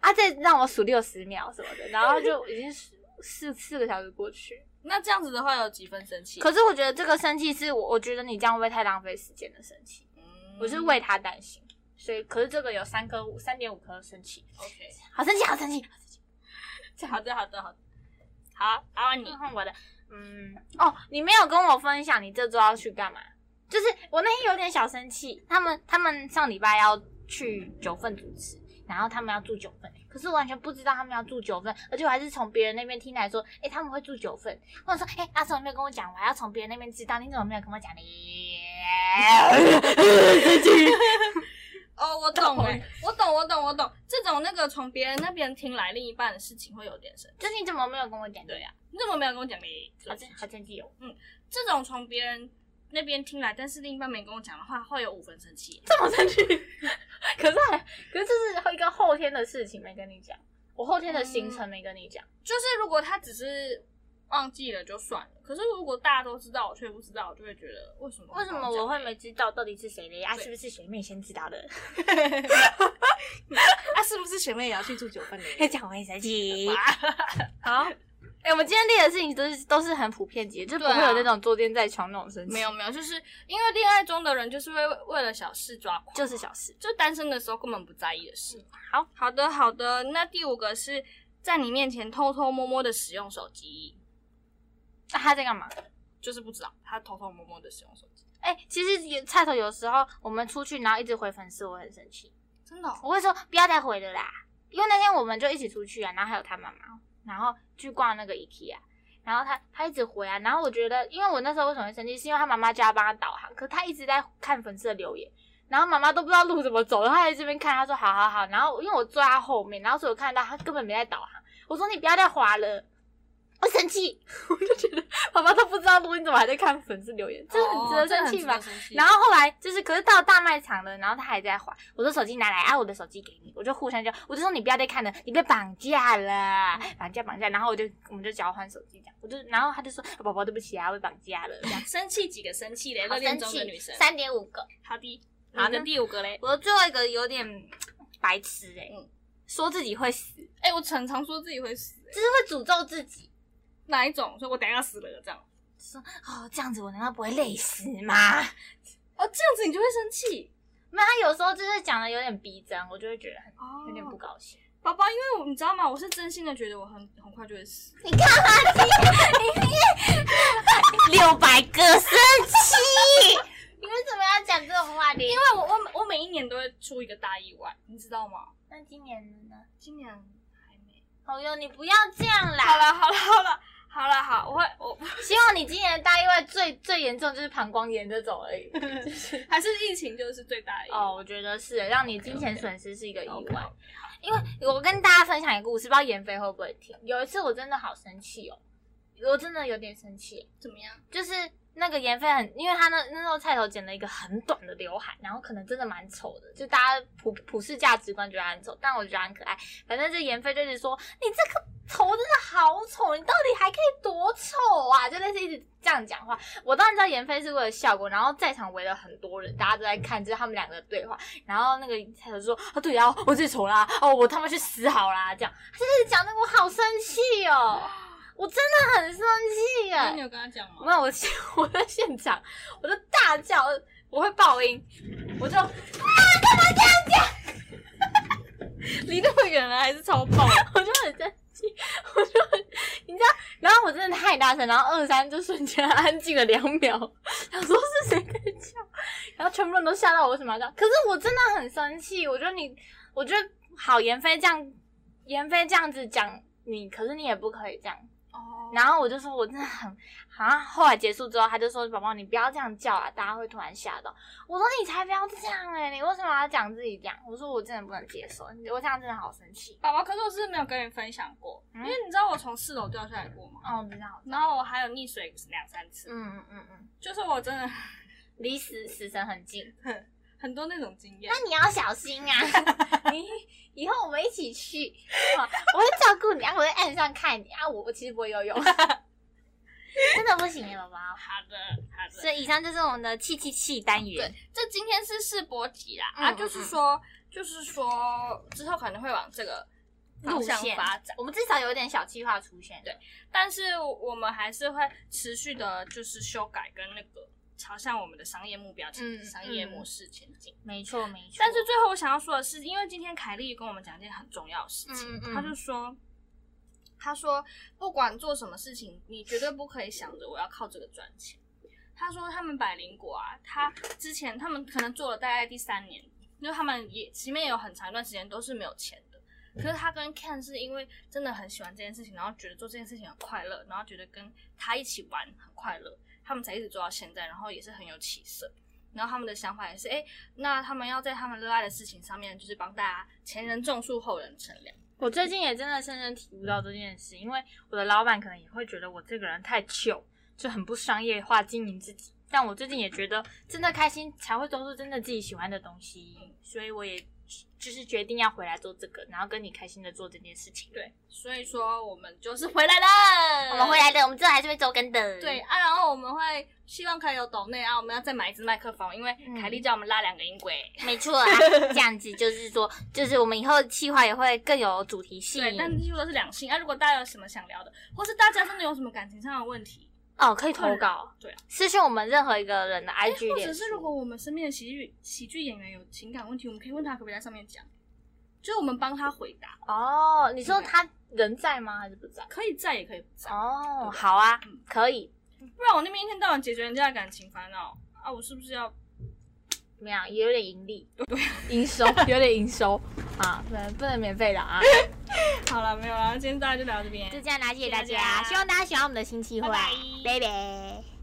Speaker 2: 啊，再让我数六十秒什么的，然后就已经四四四个小时过去。
Speaker 1: 那这样子的话有几分生气？
Speaker 2: 可是我觉得这个生气是我，我觉得你这样会不会太浪费时间的生气？
Speaker 1: 嗯
Speaker 2: 我是为他担心，所以可是这个有三颗五三点五颗生气，
Speaker 1: OK，
Speaker 2: 好生气，好生气。
Speaker 1: 好的好的好的，好，阿万你
Speaker 2: 你看我的，嗯，哦，你没有跟我分享你这周要去干嘛？就是我那天有点小生气，他们他们上礼拜要去九份主持，然后他们要住九份，可是我完全不知道他们要住九份，而且我还是从别人那边听来说，哎、他们会住九份，或者说，哎、阿松没有跟我讲，我还要从别人那边知道，你怎么没有跟我讲呢？
Speaker 1: 哦，我懂哎、我懂我懂我懂，这种那个从别人那边听来另一半的事情会有点生气，
Speaker 2: 就是你怎么没有跟我讲？对呀、
Speaker 1: 你怎么没有跟我讲嘞？
Speaker 2: 好生好生气哦，
Speaker 1: 这种从别人那边听来，但是另一半没跟我讲的话，会有五分生气。
Speaker 2: 这么生气？可是还可是这是一个后天的事情没跟你讲，我后天的行程没跟你讲。
Speaker 1: 就是如果他只是忘记了就算了，可是如果大家都知道，我却不知道，我就会觉得为什么？
Speaker 2: 为什么我会没知道到底是谁嘞？啊，
Speaker 1: 对
Speaker 2: 是不是学妹先知道 的？
Speaker 1: 啊？是不是学妹也要去住九份的？
Speaker 2: 要讲我很生气。
Speaker 1: 好，
Speaker 2: 哎、我们今天列的事情都是都是很普遍级的，就不会
Speaker 1: 对啊
Speaker 2: 有那种坐垫在床那种生气。
Speaker 1: 没有，没有，就是因为恋爱中的人就是会为了小事抓狂，
Speaker 2: 就是小事。
Speaker 1: 就单身的时候根本不在意的事。
Speaker 2: 好
Speaker 1: 嗯好的好的，那第五个是在你面前偷偷摸摸的使用手机，
Speaker 2: 那、啊他在干嘛？
Speaker 1: 就是不知道他偷偷摸摸的使用手机，
Speaker 2: 哎、其实有菜头有时候我们出去，然后一直回粉丝，我很生气。
Speaker 1: 真的、哦。
Speaker 2: 我会说不要再回了啦，因为那天我们就一起出去啊，然后还有他妈妈，然后去逛那个 IKEA，然后他他一直回啊，然后我觉得，因为我那时候为什么会生气，是因为他妈妈叫他帮他导航，可他一直在看粉丝的留言，然后妈妈都不知道路怎么走，然后他在这边看，他说好好好，然后因为我坐在他后面，然后所以我看到他根本没在导航，我说你不要再滑了。我生气， 我就觉得妈妈都不知道路，你怎么还在看粉丝留哦言？这很值得生气吧？
Speaker 1: 这很值得生气
Speaker 2: 然后后来就是，可是到大卖场了，然后他还在还，我说手机拿来啊，我的手机给你，我就互相就，我就说你不要再看了，你被绑架了，绑架绑架，然后我就我们就交换手机这样，我就然后他就说宝宝对不起啊，我被绑架了，这样
Speaker 1: 生气几个生气嘞？热
Speaker 2: 好
Speaker 1: 恋
Speaker 2: 生
Speaker 1: 中的女
Speaker 2: 气，
Speaker 1: 生，
Speaker 2: 三点五个，
Speaker 1: 好的，
Speaker 2: 嗯
Speaker 1: 好的，第五个嘞。
Speaker 2: 我最后一个有点嗯白痴哎、
Speaker 1: 嗯
Speaker 2: 说自己会死，
Speaker 1: 哎、我常常说自己会死、欸，
Speaker 2: 就是会诅咒自己。
Speaker 1: 哪一种？所以我等一下死了这样。
Speaker 2: 哦，这样子我难道不会累死吗？
Speaker 1: 哦，这样子你就会生气
Speaker 2: 没有，他有时候就是讲的有点逼真，我就会觉得很
Speaker 1: 哦
Speaker 2: 有点不高兴。
Speaker 1: 宝宝，因为我你知道吗？我是真心的觉得我很很快就会死。
Speaker 2: 你干嘛？你六百个生气？你为什么要讲这种话呢？
Speaker 1: 因为我我每我每一年都会出一个大意外，你知道吗？
Speaker 2: 那今年呢？
Speaker 1: 今年还没。
Speaker 2: 好友，你不要这样
Speaker 1: 好
Speaker 2: 啦！
Speaker 1: 了好了好了好了好，我会 我
Speaker 2: 希望你今年的大意外最最严重就是膀胱炎这种而已。
Speaker 1: 还是疫情就是最大的意外。
Speaker 2: 哦，我觉得是让你金钱损失是一个意
Speaker 1: OK，OK，
Speaker 2: 外。因为我跟大家分享一个故事，不知道妍飞会不会听。有一次我真的好生气哦，我真的有点生气。
Speaker 1: 怎么样？
Speaker 2: 就是那个颜飞很，因为他那那时候菜头剪了一个很短的刘海，然后可能真的蛮丑的，就大家普普世价值观觉得他很丑，但我觉得他很可爱。反正这颜飞就是说，你这个头真的好丑，你到底还可以多丑啊？就类似一直这样讲话。我当然知道颜飞是为了效果，然后在场围了很多人，大家都在看，就是他们两个的对话。然后那个菜头就说啊，对啊，我最丑啦，哦，我他妈去死好啦，这样，他就一直讲那个，我好生气哦。我真的很生气耶！
Speaker 1: 那你有跟他讲吗？
Speaker 2: 没有，我现 我在现场，我就大叫，我会爆音，我就啊，干嘛这样
Speaker 1: 离那么远了还是超爆。
Speaker 2: 讲？我就很生气，我就很，你知道，然后我真的太大声，然后二三就瞬间安静了两秒，想说是谁在叫，然后全部人都吓到我为什么要叫，可是我真的很生气，我觉得你，我觉得好，妍飞这样，妍飞这样子讲你，可是你也不可以这样。
Speaker 1: 哦
Speaker 2: 然后我就说，我真的很，好像后来结束之后，他就说：“宝宝，你不要这样叫啊，大家会突然吓到。”我说：“你才不要这样哎、你为什么要讲自己这样？”我说：“我真的不能接受，我这样真的好生气。
Speaker 1: 宝宝，可是我是没有跟你分享过，因为你知道我从四楼掉下来过”吗？
Speaker 2: 哦，我知道，
Speaker 1: 然后我还有溺水两三次，
Speaker 2: 嗯嗯嗯嗯，
Speaker 1: 就是我真的
Speaker 2: 离死死神很近，
Speaker 1: 很多那种经验
Speaker 2: 那。你要小心啊！ 你以后我们一起去，哦我会照顾你啊，我会岸上看你啊，我我其实不会游泳， 真的不行欸耶，宝宝。
Speaker 1: 好的，好的。
Speaker 2: 所以以上就是我们的气气气单元。
Speaker 1: 这今天是世博集啦，
Speaker 2: 嗯
Speaker 1: 啊，
Speaker 2: 嗯
Speaker 1: 就是说，就是说之后可能会往这个方向发展，
Speaker 2: 我们至少有点小计划出现。
Speaker 1: 对，但是我们还是会持续的，就是修改跟那个朝向我们的商业目标、
Speaker 2: 嗯
Speaker 1: 商业模式前进。
Speaker 2: 没错没错。
Speaker 1: 但是最后我想要说的是，因为今天凯莉跟我们讲一件很重要的事情，
Speaker 2: 嗯嗯
Speaker 1: 她就说。她说：“不管做什么事情，你绝对不可以想着我要靠这个赚钱。”她说：“他们百灵果啊，他之前他们可能做了大概第三年，因为他们也前面有很长一段时间都是没有钱的。可是他跟 Ken 是因为真的很喜欢这件事情，然后觉得做这件事情很快乐，然后觉得跟他一起玩很快乐，他们才一直做到现在，然后也是很有起色。然后他们的想法也是，哎，那他们要在他们热爱的事情上面，就是帮大家前人种树，后人乘凉。
Speaker 2: 我最近也真的深深体悟到这件事，因为我的老板可能也会觉得我这个人太糗，就很不商业化经营自己。但我最近也觉得，真的开心才会做出真的自己喜欢的东西，所以我也就是决定要回来做这个，然后跟你开心的做这件事情。
Speaker 1: 对，所以说我们就是回来了，
Speaker 2: 我们回。来的，我们之后还是会周更的。
Speaker 1: 对，啊，然后我们会希望可以有抖内啊，我们要再买一支麦克风，因为
Speaker 2: 嗯
Speaker 1: 凯莉叫我们拉两个音轨。
Speaker 2: 没错 啊，这样子就是说，就是我们以后计划也会更有主题性。
Speaker 1: 对，但几乎都是两性。啊，如果大家有什么想聊的，或是大家真的有什么感情上的问题，
Speaker 2: 哦，可以投稿，
Speaker 1: 对啊，
Speaker 2: 私信我们任何一个人的 IG
Speaker 1: 或
Speaker 2: 脸
Speaker 1: 者
Speaker 2: 书
Speaker 1: 是如果我们身边的喜剧喜剧演员有情感问题，我们可以问他可不可以在上面讲，就是我们帮他回答，
Speaker 2: 哦，你说他人在吗？还是不在？
Speaker 1: 可以在也可以不在。
Speaker 2: 哦
Speaker 1: 对，
Speaker 2: 好啊
Speaker 1: 嗯，
Speaker 2: 可以。
Speaker 1: 不然我那边一天到晚解决人家的感情烦恼啊，我是不是要
Speaker 2: 怎么样？也有点 盈利，营收有点营收啊，不能不能免费的啊！
Speaker 1: 好了 没有了？今天大家就聊到这边
Speaker 2: 就。这样啦，谢谢大
Speaker 1: 谢谢大
Speaker 2: 家，
Speaker 1: 家
Speaker 2: 希望大家喜欢我们的新计划
Speaker 1: 拜，
Speaker 2: 拜拜。